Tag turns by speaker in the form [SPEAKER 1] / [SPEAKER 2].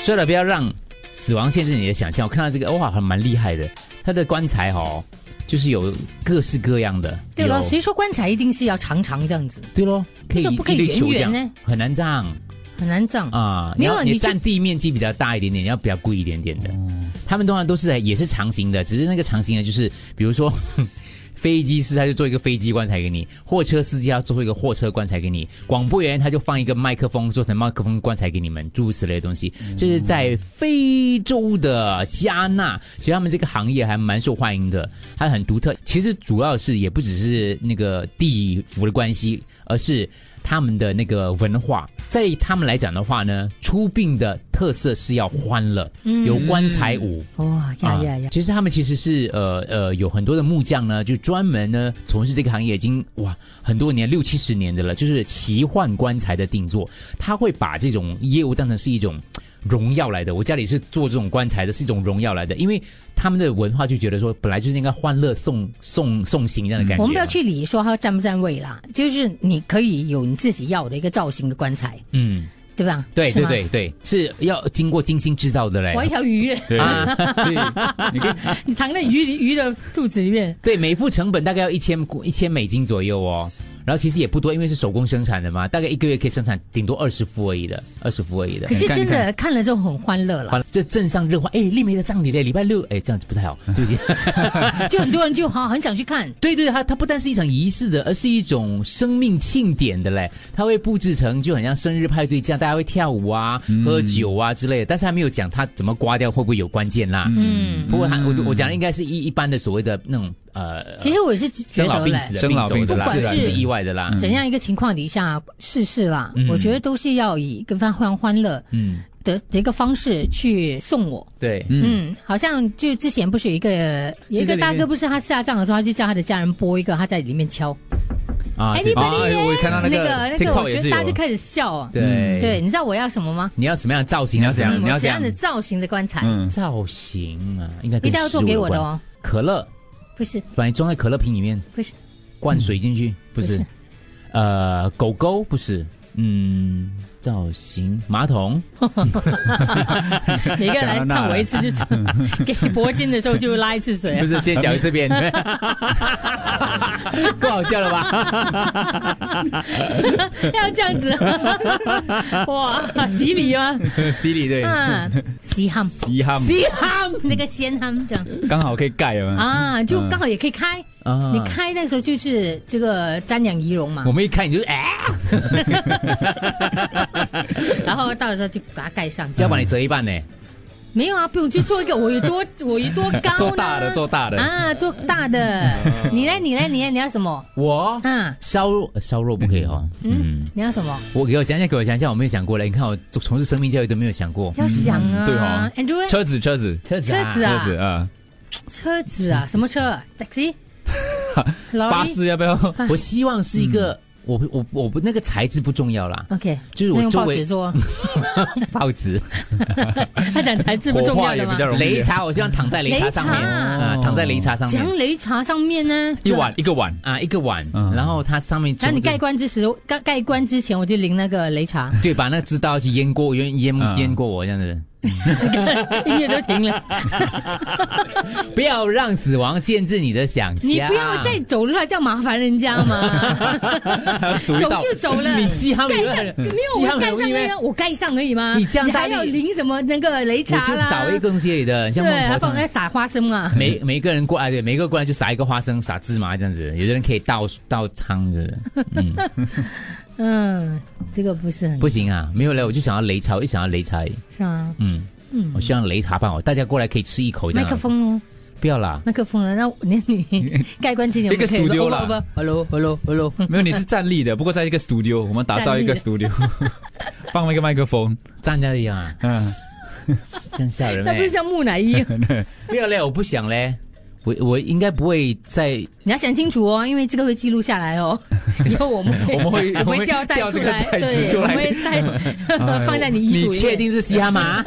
[SPEAKER 1] 所以呢，不要让死亡限制你的想象。我看到这个，哇，还蛮厉害的。他的棺材哦，就是有各式各样的。
[SPEAKER 2] 对了，
[SPEAKER 1] 有
[SPEAKER 2] 谁说棺材一定是要长长这样子，
[SPEAKER 1] 对咯，可以
[SPEAKER 2] 为什么不可以
[SPEAKER 1] 一粒球这样
[SPEAKER 2] 圆圆呢？
[SPEAKER 1] 很难葬
[SPEAKER 2] 很难葬？
[SPEAKER 1] 啊！
[SPEAKER 2] 没有
[SPEAKER 1] 你要
[SPEAKER 2] 你
[SPEAKER 1] 你
[SPEAKER 2] 这
[SPEAKER 1] 占地面积比较大一点点，你要比较贵一点点的。他们通常都是也是长形的，只是那个长形的，就是比如说。飞机师他就做一个飞机棺材给你，货车司机要做一个货车棺材给你，广播员他就放一个麦克风做成麦克风棺材给你们，诸如此类的东西。这是在非洲的加纳，其实他们这个行业还蛮受欢迎的，还很独特。其实主要是也不只是那个地府的关系，而是他们的那个文化，在他们来讲的话呢，出殡的特色是要欢乐，有棺材舞。
[SPEAKER 2] 哇呀呀呀！
[SPEAKER 1] 其实他啊们其实是呃呃有很多的木匠呢，就专门呢从事这个行业已经哇很多年六七十年的了，就是奇幻棺材的定做，他会把这种业务当成是一种荣耀来的。我家里是做这种棺材的，是一种荣耀来的，因为他们的文化就觉得说本来就是应该欢乐送送送行这样的感觉。啊
[SPEAKER 2] 我们不要去理说它占不占位啦，就是你可以有你自己要的一个造型的棺材，
[SPEAKER 1] 嗯，
[SPEAKER 2] 对吧？
[SPEAKER 1] 对
[SPEAKER 2] 是
[SPEAKER 1] 对
[SPEAKER 2] 吗，
[SPEAKER 1] 对对，是要经过精心制造的嘞。
[SPEAKER 2] 我一条鱼，
[SPEAKER 3] 对，所以你可以
[SPEAKER 2] 你躺在鱼鱼的肚子里面，
[SPEAKER 1] 对，每副成本大概要一千一千美金左右哦。然后其实也不多，因为是手工生产的嘛，大概一个月可以生产顶多二十副而已的，二十副而已的
[SPEAKER 2] 可。是
[SPEAKER 3] 看
[SPEAKER 2] 真的看了之后很欢乐
[SPEAKER 1] 完
[SPEAKER 2] 了，
[SPEAKER 1] 了，这镇上热话，哎，丽梅的葬礼嘞，礼拜六，哎，这样子不太好，对不起。
[SPEAKER 2] 就很多人就好很想去看。
[SPEAKER 1] 对对，它它不但是一场仪式的，而是一种生命庆典的嘞。它会布置成就很像生日派对这样，大家会跳舞啊、喝酒啊之类的。但是还没有讲它怎么刮掉，会不会有关键啦？
[SPEAKER 2] 嗯，
[SPEAKER 1] 不过它我我讲的应该是一一般的所谓的那种呃，
[SPEAKER 2] 其实我也是觉
[SPEAKER 1] 生老
[SPEAKER 2] 得
[SPEAKER 1] 病
[SPEAKER 2] 嘞，
[SPEAKER 1] 死的嗯
[SPEAKER 3] 生老
[SPEAKER 1] 病
[SPEAKER 3] 病
[SPEAKER 1] 种
[SPEAKER 3] 死
[SPEAKER 1] 啦，
[SPEAKER 2] 不管
[SPEAKER 1] 自然
[SPEAKER 2] 是
[SPEAKER 1] 是意外的啦。
[SPEAKER 2] 怎样一个情况底下世事啦，我觉得都是要以一个欢欢欢乐
[SPEAKER 1] 嗯，
[SPEAKER 2] 的的一个方式去送我。
[SPEAKER 1] 对，
[SPEAKER 2] 嗯，好像就之前不是有一个有一
[SPEAKER 3] 这个
[SPEAKER 2] 个
[SPEAKER 3] 里面
[SPEAKER 2] 大哥，不是他下葬的时候，他就叫他的家人播一个，他在里面敲。
[SPEAKER 1] 啊，
[SPEAKER 2] 哎
[SPEAKER 1] 对
[SPEAKER 2] 你
[SPEAKER 1] 吧
[SPEAKER 2] 把
[SPEAKER 3] 啊，我看到那
[SPEAKER 2] 那
[SPEAKER 3] 个
[SPEAKER 2] 个那个，
[SPEAKER 3] TikTok
[SPEAKER 2] 我
[SPEAKER 3] 也
[SPEAKER 2] 觉
[SPEAKER 3] 是
[SPEAKER 2] 得大家
[SPEAKER 3] 有
[SPEAKER 2] 就，开始笑啊。
[SPEAKER 1] 对
[SPEAKER 2] 对，你知道我要什么吗？
[SPEAKER 1] 你要什么样的造型？
[SPEAKER 3] 你要怎样
[SPEAKER 1] 什么
[SPEAKER 3] 嗯你
[SPEAKER 2] 我
[SPEAKER 3] 要
[SPEAKER 2] 怎
[SPEAKER 3] 这
[SPEAKER 2] 样
[SPEAKER 3] 样
[SPEAKER 2] 的造型的棺材？
[SPEAKER 3] 嗯，
[SPEAKER 1] 造型啊？应该
[SPEAKER 2] 一
[SPEAKER 1] 跟
[SPEAKER 2] 定要做
[SPEAKER 1] 食物
[SPEAKER 2] 给
[SPEAKER 1] 有
[SPEAKER 2] 我的
[SPEAKER 1] 关。
[SPEAKER 2] 哦，
[SPEAKER 1] 可乐
[SPEAKER 2] 不是
[SPEAKER 1] 把你装在可乐瓶里面，
[SPEAKER 2] 不是
[SPEAKER 1] 灌水进去，不
[SPEAKER 2] 不
[SPEAKER 1] 是
[SPEAKER 2] 是？
[SPEAKER 1] 呃，狗狗不是，嗯，造型马桶
[SPEAKER 2] 每个人
[SPEAKER 3] 想
[SPEAKER 2] 来
[SPEAKER 3] 到那
[SPEAKER 2] 看我
[SPEAKER 3] 了
[SPEAKER 2] 一次就 给铂金的时候就拉一次水啊
[SPEAKER 1] 不。是先小于这边，够好笑了吧？
[SPEAKER 2] 要这样子， 哇，洗礼吗？
[SPEAKER 1] 犀利对，
[SPEAKER 2] 啊，稀罕，
[SPEAKER 3] 遗憾
[SPEAKER 2] 稀罕，那个鲜憨这样
[SPEAKER 3] 刚好可以盖了嘛，
[SPEAKER 2] 啊，就刚好也可以开。
[SPEAKER 3] 嗯
[SPEAKER 1] 啊
[SPEAKER 2] 你开那个时候就是这个瞻仰仪容嘛
[SPEAKER 1] 我，们一看你就哎，
[SPEAKER 2] 然后到了时候就把它盖上。
[SPEAKER 1] 要把你折一半呢，
[SPEAKER 2] 没有啊，不用就做一个我有多 我有多高呢？
[SPEAKER 3] 做大的做大的，嗯
[SPEAKER 2] 啊，做大的。你呢？你呢？你呢？你要什么？
[SPEAKER 1] 我
[SPEAKER 2] 啊，
[SPEAKER 1] 烧肉呃烧肉不可以哦，嗯
[SPEAKER 2] 嗯，，你要什么？
[SPEAKER 1] 我给我想想，给我想想，我没有想过嘞，你看我从事生命教育都没有想过，
[SPEAKER 2] 要想啊，
[SPEAKER 3] 对哦
[SPEAKER 2] Andrew
[SPEAKER 3] 车子车子
[SPEAKER 1] 车
[SPEAKER 2] 车子
[SPEAKER 3] 车
[SPEAKER 2] 啊，
[SPEAKER 3] 子啊，
[SPEAKER 2] 车子啊，什么车？taxi，
[SPEAKER 3] 巴
[SPEAKER 2] lorry
[SPEAKER 3] 士要不要？
[SPEAKER 1] 我希望是一
[SPEAKER 3] 嗯
[SPEAKER 1] 个，我不我不我不那个材质不重要啦，
[SPEAKER 2] OK，
[SPEAKER 1] 就是
[SPEAKER 2] 那
[SPEAKER 1] 我
[SPEAKER 2] 用
[SPEAKER 1] 周
[SPEAKER 2] 报纸
[SPEAKER 1] 围
[SPEAKER 2] 做，
[SPEAKER 1] 报 纸、
[SPEAKER 2] 他讲材质不
[SPEAKER 3] 火
[SPEAKER 2] 重要
[SPEAKER 3] 化
[SPEAKER 2] 的
[SPEAKER 3] 也
[SPEAKER 2] 吗
[SPEAKER 3] 比？较容易哦
[SPEAKER 1] 擂，茶，我希望躺在擂茶上面
[SPEAKER 2] 擂茶
[SPEAKER 1] 啊，躺在擂茶上
[SPEAKER 2] 讲
[SPEAKER 1] 面
[SPEAKER 2] 擂茶上面呢，
[SPEAKER 3] 一碗一个碗，
[SPEAKER 1] 啊，一个碗，
[SPEAKER 3] 嗯
[SPEAKER 1] 然后它上面
[SPEAKER 2] 然
[SPEAKER 1] 全
[SPEAKER 2] 后
[SPEAKER 1] 部
[SPEAKER 2] 你
[SPEAKER 1] 都
[SPEAKER 2] 盖棺之时，盖盖棺之前我就淋那个擂 茶，
[SPEAKER 1] 对，把那个知道去淹过淹淹
[SPEAKER 3] 嗯
[SPEAKER 1] 淹过我这样子，
[SPEAKER 2] 音乐都停了。
[SPEAKER 1] 不要让死亡限制你的想象，
[SPEAKER 2] 你不要再走路了，这样麻烦人家 嘛，
[SPEAKER 3] 走一
[SPEAKER 2] 走
[SPEAKER 3] 道
[SPEAKER 2] 就走了。
[SPEAKER 1] 你稀罕
[SPEAKER 2] 盖
[SPEAKER 1] 有
[SPEAKER 2] 上
[SPEAKER 1] 人
[SPEAKER 2] 没有
[SPEAKER 1] 稀
[SPEAKER 2] 我
[SPEAKER 1] 罕
[SPEAKER 2] 盖
[SPEAKER 1] 容
[SPEAKER 2] 上
[SPEAKER 1] 易
[SPEAKER 2] 那
[SPEAKER 1] 咩
[SPEAKER 2] 个，我盖上而已嘛。
[SPEAKER 1] 你这样大
[SPEAKER 2] 还
[SPEAKER 1] 力
[SPEAKER 2] 要淋什么那个擂
[SPEAKER 1] 我
[SPEAKER 2] 茶
[SPEAKER 1] 就
[SPEAKER 2] 啦？
[SPEAKER 1] 倒一个些的，像
[SPEAKER 2] 对，
[SPEAKER 1] 孟
[SPEAKER 2] 还
[SPEAKER 1] 婆
[SPEAKER 2] 放
[SPEAKER 1] 汤。
[SPEAKER 2] 在撒花生嘛。
[SPEAKER 1] 每每一个人过来，对，每一个过来就撒一个花生、撒芝麻这样子。有的人可以倒倒汤子，
[SPEAKER 2] 嗯，这个不是很
[SPEAKER 1] 不行啊，没有嘞，我就想要擂茶，我就想要擂茶而已。
[SPEAKER 2] 是啊。
[SPEAKER 1] 嗯嗯，我希望擂茶伴我，大家过来可以吃一口这
[SPEAKER 2] 麦
[SPEAKER 1] 样。
[SPEAKER 2] 克风哦，
[SPEAKER 1] 不要啦，
[SPEAKER 2] 麦克风了。那我那 你盖棺之前
[SPEAKER 3] 一个 studio
[SPEAKER 2] 哦
[SPEAKER 3] 啦
[SPEAKER 2] 不，hello hello hello，
[SPEAKER 3] 没有，你是站立的，不过在一个 studio，我们打造一个 studio，放了 一个麦克风，
[SPEAKER 1] 站在那里 啊，
[SPEAKER 3] 嗯，
[SPEAKER 1] 真吓人
[SPEAKER 2] 那不是
[SPEAKER 1] 嘞！
[SPEAKER 2] 叫木乃 伊？
[SPEAKER 1] 不要嘞，我不想嘞，我我应该不会再
[SPEAKER 2] 你要想清楚哦，因为这个会记录下来 哦。以后 我们
[SPEAKER 3] 我们会
[SPEAKER 2] 我们
[SPEAKER 3] 我
[SPEAKER 2] 会
[SPEAKER 3] 们
[SPEAKER 2] 吊带
[SPEAKER 3] 吊
[SPEAKER 2] 出
[SPEAKER 3] 这个
[SPEAKER 2] 来，
[SPEAKER 3] 带子
[SPEAKER 2] 对，
[SPEAKER 3] 出
[SPEAKER 2] 我
[SPEAKER 3] 来
[SPEAKER 2] 们会带放在你衣
[SPEAKER 1] 你
[SPEAKER 2] 橱里面。
[SPEAKER 1] 确定是嘻哈吗？